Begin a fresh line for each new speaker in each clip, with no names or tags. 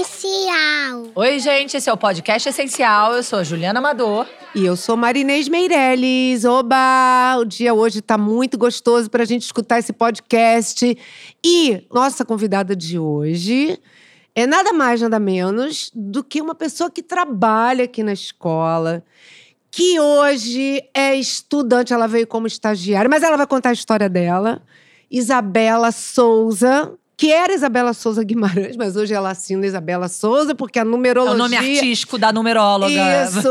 essencial.
Oi, gente, esse é o podcast essencial. Eu sou a Juliana Amador.
E eu sou Marinês Meirelles. Oba! O dia hoje tá muito gostoso pra gente escutar esse podcast. E nossa convidada de hoje é nada mais, nada menos do que uma pessoa que trabalha aqui na escola, que hoje é estudante, ela veio como estagiária, mas ela vai contar a história dela. Isabela Souza, que era Isabela Souza Guimarães, mas hoje ela assina Isabela Souza, porque a
É o
numerologia.
nome artístico da numeróloga.
Isso!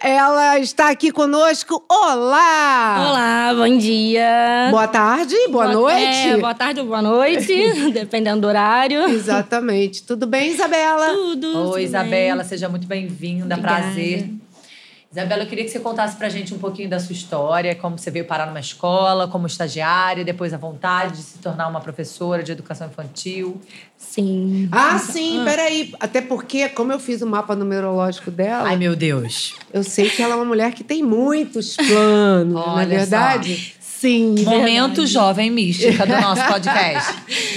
ela está aqui conosco. Olá!
Olá, bom dia.
Boa tarde, Ah. boa, noite.
É, boa tarde ou boa noite, dependendo do horário.
Exatamente. Tudo bem, Isabela?
Tudo.
Oi,
tudo
Isabela, seja muito bem-vinda.
Obrigada.
Prazer. Isabela, eu queria que você contasse pra gente um pouquinho da sua história, como você veio parar numa escola, como estagiária, depois a vontade de se tornar uma professora de educação infantil.
bem. Sim.
Ah, sim, peraí. Até porque, como eu fiz o mapa numerológico dela,
Ai, meu Deus.
eu sei que ela é uma mulher que tem muitos planos, não é
Olha só.
verdade?
Sim.
Momento jovem mística do nosso podcast.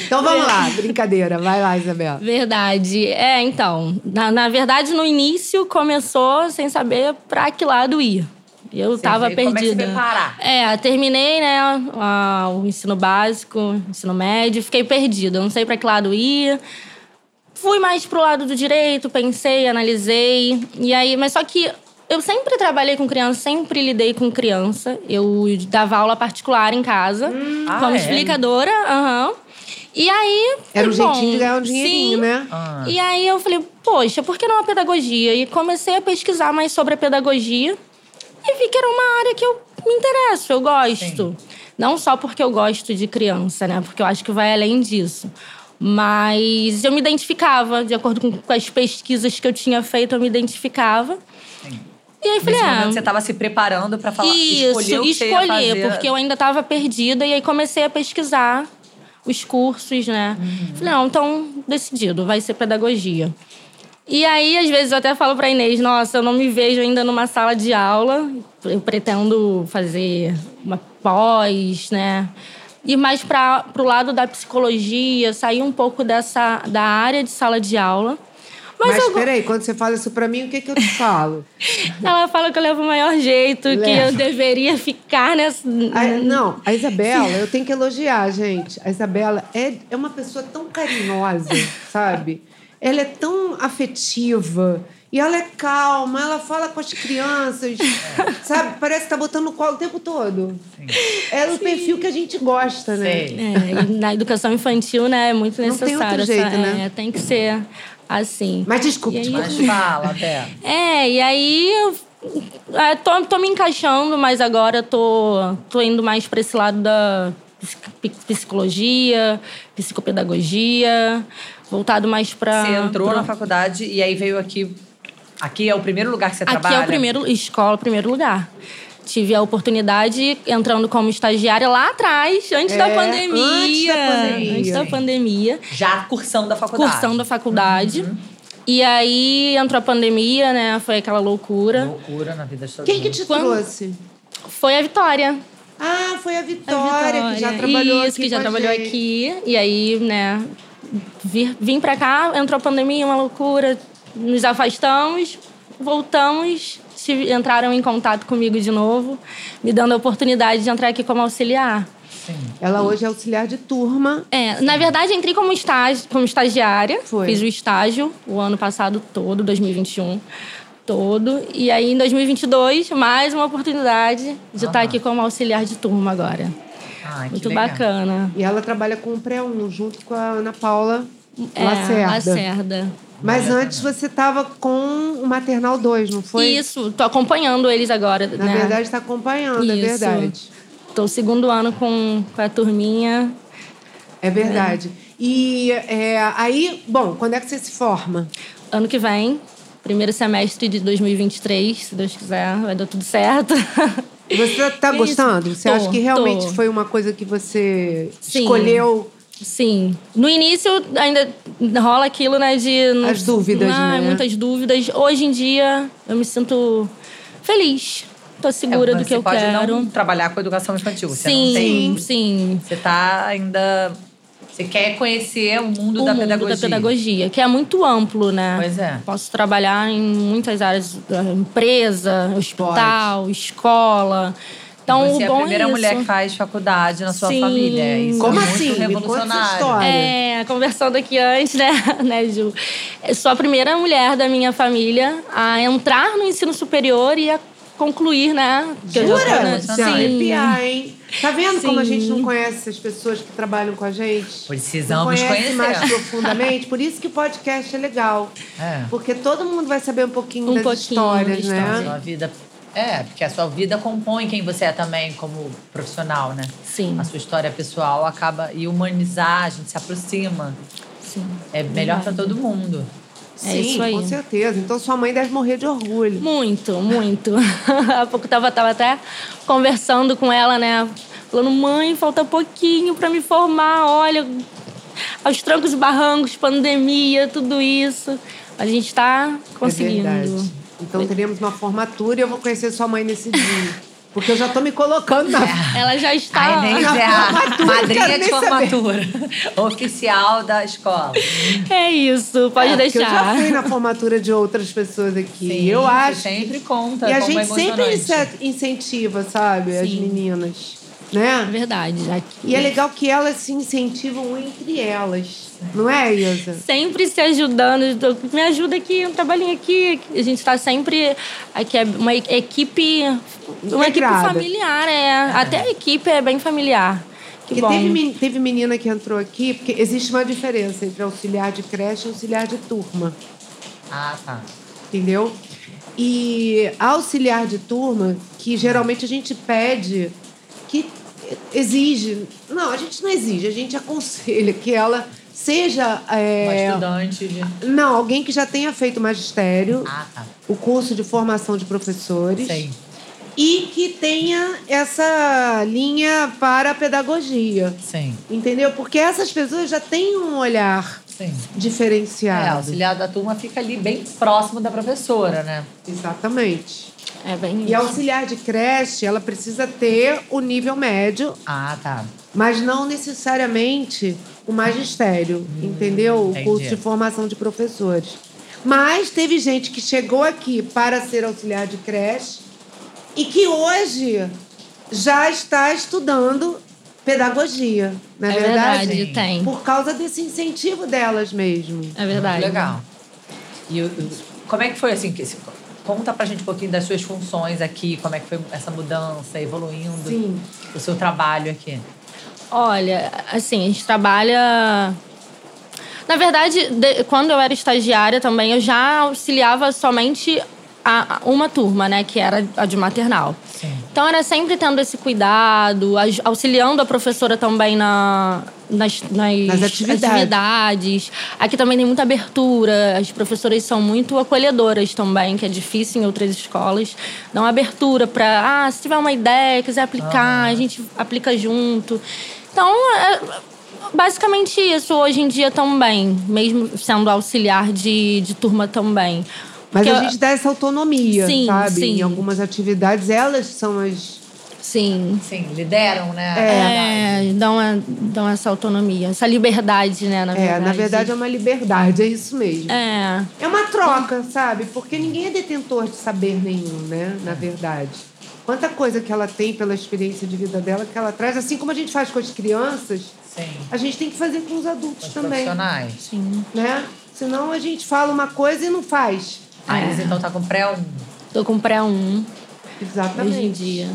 Então vamos lá, brincadeira. Vai lá, Isabela.
Verdade. É, então. Na, na verdade, no início começou sem saber pra que lado ir. Eu
Você
tava
veio-
perdida.
Como é que você veio parar?
É, terminei, né, a- o ensino básico, ensino médio, fiquei perdida, não sei pra que lado ir. Fui mais pro lado do direito, pensei, analisei. E aí, mas só que eu sempre trabalhei com criança, sempre lidei com criança. Eu dava aula particular em casa,
Hum.
Ah,
como
é?
explicadora, aham. E aí,
Era um
bom,
jeitinho de ganhar um dinheirinho,
sim,
né?
Ah.
e aí eu falei, poxa, por que não a pedagogia? E comecei a pesquisar mais sobre a pedagogia e vi que era uma área que eu me interesso, eu gosto. Não só porque eu gosto de criança, né? Porque eu acho que vai além disso. Mas eu me identificava, de acordo com, com as pesquisas que eu tinha feito, eu me identificava. E aí eu falei,
Nesse
ah,
momento você estava se preparando para falar, escolher o que você ia fazer.
porque eu ainda estava perdida. E aí comecei a pesquisar os cursos, né?
Uhum.
Falei, não, então decidido, vai ser pedagogia. E aí, às vezes, eu até falo pra Inês, nossa, eu não me vejo ainda numa sala de aula. Eu pretendo fazer uma pós, né? Ir mais para pro lado da psicologia, sair um pouco dessa da área de sala de aula. Mas,
Mas,
eu,
peraí, quando você fala isso pra mim, o que, que eu te falo?
ela fala que eu levo o maior jeito, que
Leva.
eu deveria ficar nessa.
A- não, Né? a Isabela, eu tenho que elogiar, gente. A Isabela é, é uma pessoa tão carinhosa, sabe? Ela é tão afetiva. E ela é calma, ela fala com as crianças, sabe? Parece que tá botando no colo o tempo todo. É o perfil que a gente gosta, né?
Sei.
É, e na educação infantil, né, é muito
Não tem outro
necessário.
jeito, né?
é, tem que ser assim.
Mas desculpa,
E aí-
desculpa.
Mas fala, Bé.
É, e aí eu é, tô, tô me encaixando, mas agora tô, tô indo mais pra esse lado da psic- psicologia, psicopedagogia, voltado mais pra.
Você entrou
pra-
na faculdade e aí veio aqui. Aqui é o primeiro lugar que você
Aqui
trabalha?
é o primeiro escola, o primeiro lugar. Tive a oportunidade entrando como estagiária lá atrás, antes da
É,
pandemia.
antes da pandemia.
Antes da pandemia.
Já cursando da faculdade.
cursando a faculdade. E aí entrou a pandemia, né? Foi aquela loucura.
Loucura na vida de todo
Quem que
mundo.
te
Quando-
trouxe?
Foi a Vitória.
Ah, foi a
A
Vitória, que já trabalhou
Isso,
aqui
que já
com a
trabalhou
gente.
aqui. E aí, né? vir- vim pra cá, entrou a pandemia, uma loucura. Nos afastamos, voltamos. tive- Entraram em contato comigo de novo, me dando a oportunidade de entrar aqui como auxiliar.
Sim.
Ela hoje é auxiliar de turma.
É, na verdade, entrei como, estágio, como estagiária.
Foi.
Fiz o estágio o ano passado todo, 2021 todo. E aí, em 2022, mais uma oportunidade de estar aqui como auxiliar de turma agora.
Ai,
Ah,
Ah, que
Muito
legal.
bacana.
E ela trabalha com o pré-1, junto com a Ana Paula
É,
Lacerda.
Lacerda.
Mas
Né?
antes você estava com o Maternal 2, não foi?
Isso, tô acompanhando eles agora,
Na
né?
verdade, está acompanhando, é
Isso.
verdade.
Tô segundo ano com, com a turminha.
É verdade. E é, aí, bom, quando é que você se forma?
Ano que vem, primeiro semestre de 2023, se Deus quiser, vai dar tudo certo.
Você está
Isso.
gostando? Você
Tô,
acha que realmente
tô.
foi uma coisa que você
Sim.
escolheu?
Sim. No início ainda rola aquilo, né, de... não-
As dúvidas,
Ah,
né?
Muitas dúvidas. Hoje em dia eu me sinto feliz. Tô segura
É,
do
você
que eu
pode
quero.
não trabalhar com educação infantil. Você não
sim,
tem...
sim.
Você tá ainda Você quer conhecer o mundo,
o
da,
mundo
pedagogia.
da pedagogia, que é muito amplo, né?
Pois é.
Posso trabalhar em muitas áreas, da empresa, hospital, escola. Então,
Você
o
é
bom
a primeira
isso.
mulher que faz faculdade na sua
Sim.
família. Isso
Como
é muito
assim? Me conta essa história.
revolucionário.
É, conversando aqui antes, né, né, Ju? Eu Sou a primeira mulher da minha família a entrar no ensino superior e a concluir, né? Que eu já tô,
Jura?
né?
Se
Sim.
arrepiar, hein? Tá vendo como a
Sim.
gente não conhece essas pessoas que trabalham com a gente? não
Precisamos
conhece
conhecer.
mais profundamente. Por isso que o podcast é legal.
É.
Porque todo mundo vai saber um pouquinho
Um
das
pouquinho
histórias,
da
né?
história.
Sua vida. É, porque a sua vida compõe quem você é também como profissional, né?
Sim,
A sua história pessoal acaba e humanizar, a gente se aproxima.
sim.
É melhor pra todo mundo.
É
Sim,
isso aí.
com certeza. Então sua mãe deve morrer de orgulho.
Muito, muito. Há pouco tava, tava até conversando com ela, né? Falando, mãe, falta pouquinho pra me formar, olha, aos trancos e barrancos, pandemia, tudo isso. A gente tá conseguindo.
É verdade. Então teremos uma formatura e eu vou conhecer sua mãe nesse dia. Porque eu já tô me colocando na.
Ela já está.
A Inês
na
é a
formatura,
madrinha
quero
de
nem saber.
formatura oficial da escola.
É isso, pode
Porque eu já
deixar.
fui na formatura de outras pessoas aqui. E eu
Sim, você
acho.
sempre conta.
E a
como é
gente sempre
emocionante.
ince- incentiva, sabe, as
Sim.
meninas.
É
Né?
verdade. Aqui.
E é legal que elas se incentivam entre elas. Não é, Isa?
Sempre se ajudando. Me ajuda aqui, um trabalhinho aqui. A gente tá sempre. Aqui é uma e- equipe. Uma equipe
Integrada.
familiar, é. Até a equipe é bem familiar. Que
Porque
bom.
teve, men- teve menina que entrou aqui, porque existe uma diferença entre auxiliar de creche e auxiliar de turma.
Ah, tá.
entendeu? E a auxiliar de turma, que geralmente a gente pede, que exige. Não, a gente não exige, a gente aconselha que ela seja. é,
Uma estudante de.
não, alguém que já tenha feito magistério,
Ah, tá.
o curso de formação de professores,
Sei.
e que tenha essa linha para a pedagogia.
Sim,
Entendeu? Porque essas pessoas já têm um olhar
sim. É,
diferenciado.
auxiliar da turma fica ali bem próximo da professora, né?
Exatamente.
É bem
E a
isso.
auxiliar de creche, ela precisa ter o nível médio,
Ah, tá.
mas não necessariamente o magistério, entendeu? O
entendi.
curso de formação de professores. Mas teve gente que chegou aqui para ser auxiliar de creche e que hoje já está estudando pedagogia, na
É
verdade,
verdade,
Sim.
tem.
por causa desse incentivo delas mesmo.
É verdade.
Legal. E o- o- como é que foi assim? Que, se- conta pra gente um pouquinho das suas funções aqui, como é que foi essa mudança, evoluindo
Sim.
o seu trabalho aqui.
Olha, assim, a gente trabalha. Na verdade, de- quando eu era estagiária também, eu já auxiliava somente a, a uma turma, né? Que era a de maternal.
Sim.
Então era sempre tendo esse cuidado, aj- auxiliando a professora também na, nas, nas
Nas atividades.
atividades. Aqui também tem muita abertura, as professoras são muito acolhedoras também, que é difícil em outras escolas. Dão abertura para, ah, se tiver uma ideia, quiser aplicar, a gente aplica junto. Então, é basicamente isso hoje em dia também, mesmo sendo auxiliar de, de turma também.
Mas
Porque
a gente dá essa autonomia,
Sim,
sabe?
sim.
Em algumas atividades, elas são as
Sim.
Sim, lideram, né?
É, dão, a- dão essa autonomia, essa liberdade, né? Na
É,
verdade.
na verdade é uma liberdade, é isso mesmo. É.
É,
uma troca, sabe? Porque ninguém é detentor de saber nenhum, né?
É.
Na verdade. Quanta coisa que ela tem pela experiência de vida dela que ela traz, assim como a gente faz com as crianças,
Sim.
a gente tem que fazer com os
Com
adultos
os
também,
profissionais.
sim.
né? Senão a gente fala uma coisa e não faz.
A Iris, então, tá com pré um.
Tô com pré um
Exatamente.
hoje em dia.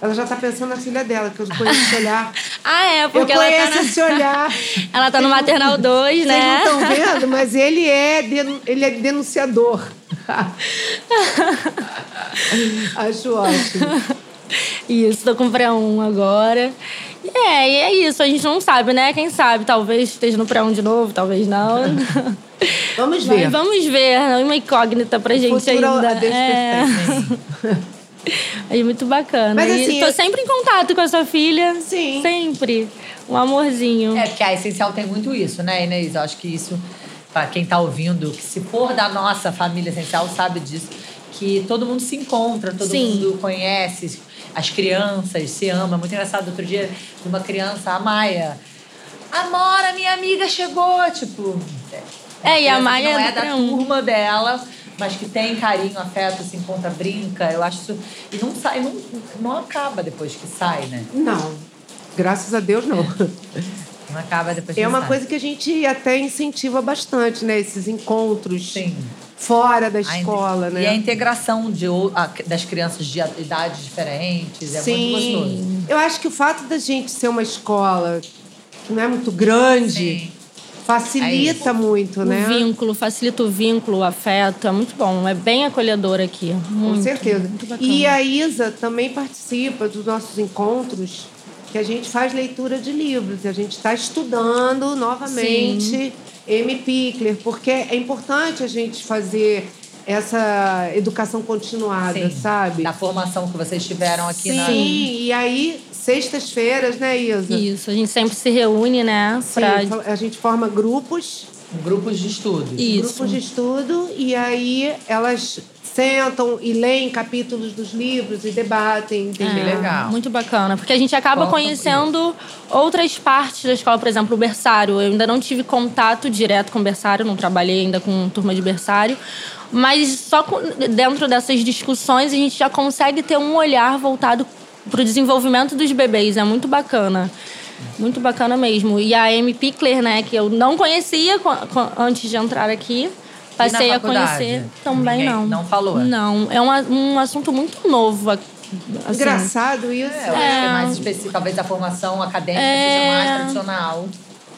Ela já tá pensando na filha dela, que eu conheço esse olhar.
Ah, é,
eu
porque ela
conheço
tá,
esse olhar.
na, ela tá no maternal 2,
Vocês não
né?
estão vendo, mas ele é, denu- ele é denunciador. Acho ótimo.
Isso, tô com pré um agora. E É, e é isso, a gente não sabe, né? Quem sabe, talvez esteja no pré um de novo, talvez não.
Vamos
Mas
ver.
vamos ver, é uma incógnita pra gente
futuro a
ainda.
Deus
É muito bacana.
Mas,
E
assim,
tô
eu-
sempre em contato com a sua filha.
Sim.
Sempre. Um amorzinho.
É, porque a Essencial tem muito isso, né, Inês? Eu acho que isso, pra quem tá ouvindo, que se for da nossa família Essencial, sabe disso. Que todo mundo se encontra, todo
Sim.
mundo conhece, as crianças se amam. É Muito engraçado, outro dia, de uma criança, a Maia. Amora, minha amiga chegou, tipo.
É, e
criança
a
que
Maia
não
é
é
do
da
P1.
turma dela, mas que tem carinho, afeto, se encontra, brinca. Eu acho isso. E não sai, não, não acaba depois que sai, né?
Não. Graças a Deus, não.
Não acaba depois que
É uma
sai.
coisa que a gente até incentiva bastante, né? Esses encontros
Sim.
fora da
A inte-
escola, né?
E a integração de, ou- a- das crianças de idades diferentes é muito gostoso.
Eu acho que o fato da gente ser uma escola que não é muito grande
Sim.
facilita muito,
O
né?
vínculo, facilita o vínculo, o afeto. É muito bom. É bem acolhedor aqui.
Com
Muito,
certeza.
Muito bacana.
E a Isa também participa dos nossos encontros, que a gente faz leitura de livros. E a gente está estudando novamente M. Pickler, porque é importante a gente fazer essa educação continuada,
Sim.
sabe?
Da formação que vocês tiveram aqui
Sim,
na.
e aí, sextas-feiras, né, Isa?
Isso, a gente sempre se reúne, né?
Sim,
Pra...
a gente forma grupos
Grupos de estudo.
Isso.
grupos de estudo e aí elas sentam e leem capítulos dos livros e debatem,
Que
entendeu?
legal.
Muito bacana, porque a gente acaba
Bom,
conhecendo outras partes da escola, por exemplo, o berçário. Eu ainda não tive contato direto com o berçário, não trabalhei ainda com turma de berçário, mas só com- dentro dessas discussões a gente já consegue ter um olhar voltado para o desenvolvimento dos bebês, é muito bacana. Muito bacana mesmo. E a Amy Pickler, né, que eu não conhecia co- co- antes de entrar aqui,
na
passei a
faculdade?
conhecer também
Ninguém
não.
não falou?
Não, é um, a- um assunto muito novo. a- assim.
Engraçado isso.
É, eu acho que é mais específico. Talvez a formação acadêmica seja mais tradicional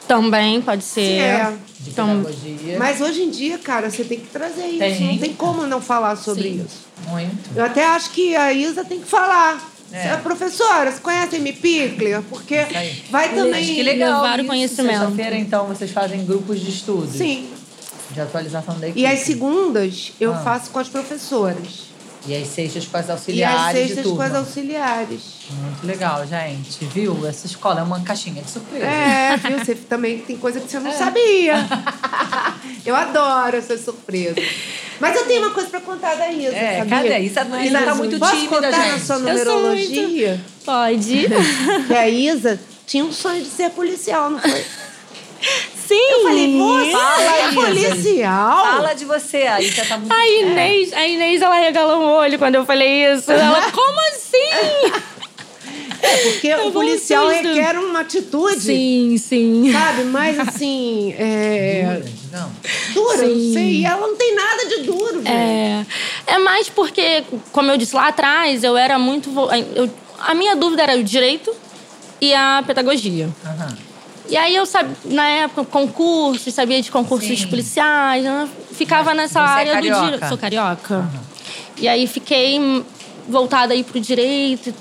Também pode ser.
É.
de
Então,
pedagogia.
Mas hoje em dia, cara, você tem que trazer isso.
Tem.
Não tem como não falar sobre
Sim.
isso.
Muito.
Eu até acho que a Isa tem que falar.
É.
A professora, você conhece a M. Pickler? Porque
aí.
vai é também.
Acho que é legal.
levar o
isso.
conhecimento.
Sexta-feira, então, vocês fazem grupos de estudo.
Sim.
De atualização da equipe.
E as segundas eu
Ah.
faço com as professoras.
E as sextas com as
e as
auxiliares de
sextas com
turma.
as auxiliares.
Muito legal, gente. Viu? Essa escola é uma caixinha de surpresa.
É, viu? Você também tem coisa que você
É.
não sabia. Eu adoro essas surpresas. Mas eu tenho uma coisa pra contar da Isa,
É,
sabia?
cadê? Isa- a Isa tá muito
Posso
tímida,
contar
gente.
na sua
Eu
sou
numerologia?
Pode.
Que a Isa tinha um sonho de ser policial, não foi?
Sim.
Eu falei, moça,
Fala,
é
Isa.
policial?
Fala de você, a Isa tá muito...
A Inês, a Inês, ela regalou o olho quando eu falei isso. Ela, como assim?
Porque o
bom,
policial
Isa.
requer uma atitude,
sim, sim.
sabe? Mas assim, é...
Não.
Dura, não
Sim.
sei. E ela não tem nada de duro, velho.
É, é mais porque, como eu disse lá atrás, eu era muito. vo- eu- a minha dúvida era o direito e a pedagogia.
Aham.
E aí eu sabia, na época, concursos, sabia de concursos
Sim.
policiais, né? ficava nessa
você é
área do
carioca?
direito. Sou carioca. E aí fiquei hum, voltada aí pro direito.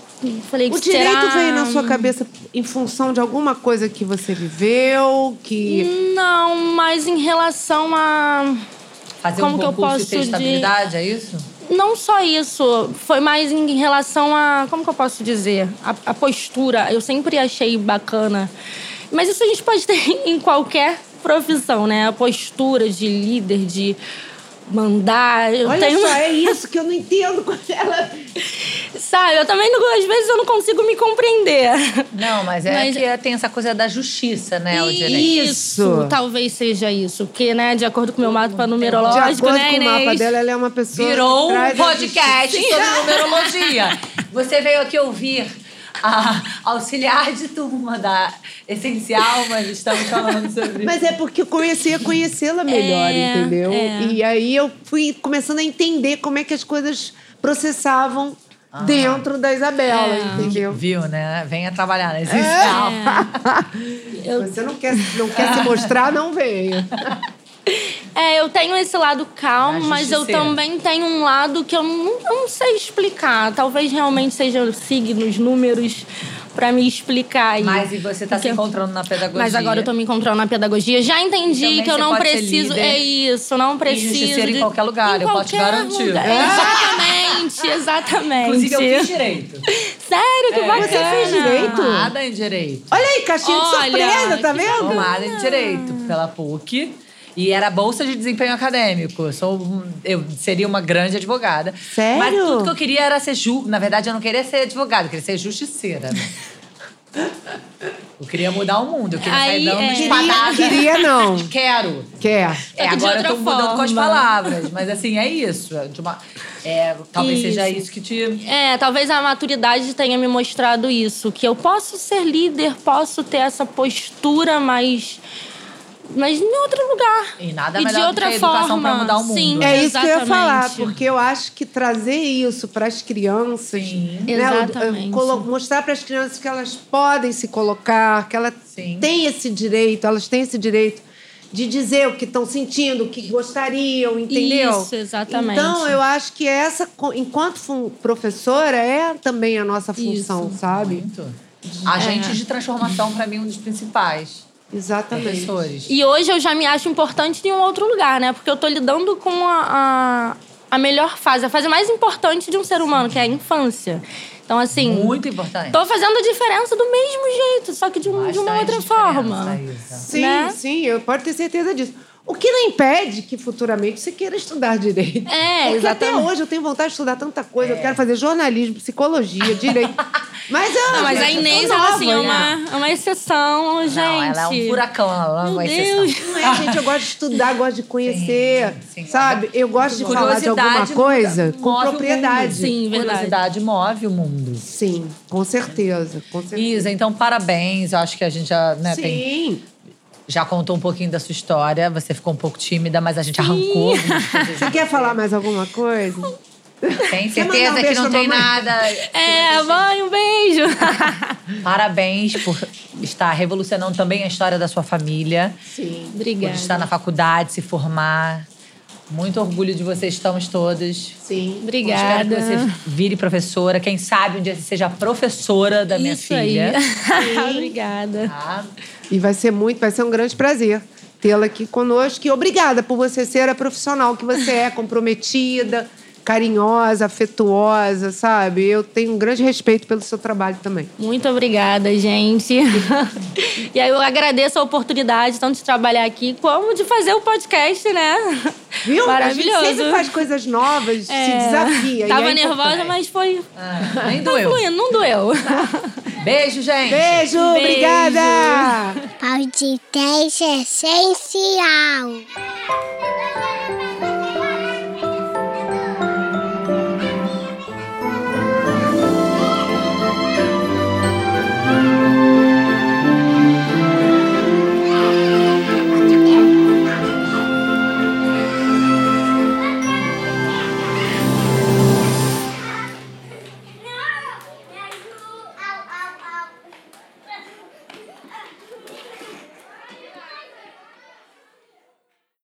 Falei,
O
que
direito
será?
veio na sua cabeça em função de alguma coisa que você viveu, que.
Não, mas em relação a.
Fazer
Como
um
que eu
concurso e
posso
ter
de-
estabilidade, é isso?
Não só isso, foi mais em relação a. Como que eu posso dizer? A, a postura. Eu sempre achei bacana. Mas isso a gente pode ter em qualquer profissão, né? A postura de líder, de mandar. Eu
Olha
tenho
só,
Hum, uma-
é isso que eu não entendo quando ela.
Sabe, eu também, não- às vezes, eu não consigo me compreender.
Não, mas é
Mas-
que tem essa coisa da justiça, né, o direito.
Isso.
Talvez seja isso. Porque, né, de acordo com o meu mapa
Uhum. De
numerológico,
acordo
né,
com o mapa
Inês?
dela, ela é uma pessoa.
Virou um
que traz a justiça.
podcast sobre numerologia. Você veio aqui ouvir a auxiliar de turma da Essencial, mas estamos falando sobre...
Mas é porque eu comecei a conhecê-la melhor,
É,
entendeu?
é.
E aí eu fui começando a entender como é que as coisas processavam
Ah.
dentro da Isabela,
É.
entendeu?
Viu, né? Venha trabalhar na Essencial.
Eu-
Você não quer, não quer se mostrar, não venha.
É, eu tenho esse lado calmo,
Ah,
mas eu
justiceira.
também tenho um lado que eu não, eu não sei explicar. Talvez realmente sejam signos, números, pra me explicar. aí.
Mas e você tá se
É. Porque-
encontrando na pedagogia.
Mas agora eu tô me encontrando na pedagogia. Já entendi
também
que eu
você
não
pode ser
preciso.
líder
É isso, não preciso.
justiceira em
de-
qualquer lugar,
em
eu posso te
qualquer
garantir. É.
lugar. Exatamente, exatamente.
Inclusive, eu fiz É. direito.
Sério, que bacana.
Você fez direito?
Formada em direito.
Olha aí, caixinha de
Olha,
surpresa, tá
que
vendo?
Formada em direito pela PUC. E era bolsa de desempenho acadêmico. Eu, sou, um- eu seria uma grande advogada.
Sério?
Mas tudo que eu queria era ser ju. Na verdade, eu não queria ser advogada, eu queria ser justiceira. né? Eu queria mudar o mundo, eu queria sair
Aí,
dando
é.
espadada.
Queria não.
Quero.
Quer.
É,
Só que de
agora eu tô
outra
mudando com as
forma.
palavras, mas assim, é isso. é de uma- é, talvez
Isso.
seja isso que te.
É, talvez a maturidade tenha me mostrado isso. Que eu posso ser líder, posso ter essa postura, mas. Mas em outro lugar.
E nada
E de
melhor do
outra
que a educação
forma,
pra mudar o mundo.
sim.
né?
É isso que eu ia falar,
Exatamente.
porque eu acho que trazer isso para as crianças,
Sim.
né, o-
Exatamente.
colo- mostrar para as crianças que elas podem se colocar, que elas
Sim.
têm esse direito, elas têm esse direito de dizer o que estão sentindo, o que gostariam, entendeu?
Isso, exatamente.
Então eu acho que essa, co- enquanto fun- professora, é também a nossa função,
Isso.
sabe?
Muito.
É.
Agente de transformação, pra mim, um dos principais
Exatamente.
professores.
E hoje eu já me acho importante em um outro lugar, né? Porque eu tô lidando com a, a, a melhor fase, a fase mais importante de um ser humano, que é a infância. Então, assim.
Muito importante.
Tô fazendo a diferença do mesmo jeito, só que de, um- de uma
Bastante
outra
diferença,
forma.
Isa.
Sim,
né?
sim, eu posso ter certeza disso. O que não impede que futuramente você queira estudar direito.
É,
Porque até
exatamente. É.
hoje eu tenho vontade de estudar tanta coisa. Eu quero fazer jornalismo, psicologia, direito. mas eu.
Não, mas a
eu sou
Inês,
nova,
ela, assim, é
né?
uma, é uma exceção, gente.
Não, ela é um furacão, ela não
Meu
vai
Deus.
ser
Não é, gente, eu gosto de estudar, gosto de conhecer,
Sim, sim.
sabe? Eu gosto de falar de alguma
Curiosidade
coisa
muda-
com
move o
propriedade.
mundo.
Sim, verdade.
Curiosidade move o mundo.
Sim, com certeza, com certeza.
Isa, então parabéns. Eu acho que a gente já, né, tem-
Sim,
já contou um pouquinho da sua história. Você ficou um pouco tímida, mas a gente arrancou. algumas coisas.
você quer falar mais alguma coisa?
Tem
Quer mandar um
certeza que
beijo
não
pra
tem
mamãe?
nada.
É, mãe, um beijo.
Parabéns por estar revolucionando também a história da sua família.
Sim.
Por
Obrigada.
estar na faculdade, se formar. Muito orgulho de vocês, estamos todas.
Sim.
Obrigada.
Eu Espero que você vire professora. Quem sabe um dia você seja professora da minha
Isso
filha.
aí. Obrigada.
Tá?
E vai ser muito, vai ser um grande prazer tê-la aqui conosco. E obrigada por você ser a profissional que você é, comprometida, carinhosa, afetuosa, sabe? Eu tenho um grande respeito pelo seu trabalho também.
Muito obrigada, gente. e aí eu agradeço a oportunidade tanto de trabalhar aqui como de fazer o podcast, né?
Viu? A gente sempre
Maravilhoso.
faz coisas novas,
É.
se desafia. e
Tava
é
nervosa,
importante.
mas foi
Ah, nem
Tá
doeu.
fluindo, não doeu.
Tá.
Beijo, gente.
Beijo, obrigada!
Podcast essencial.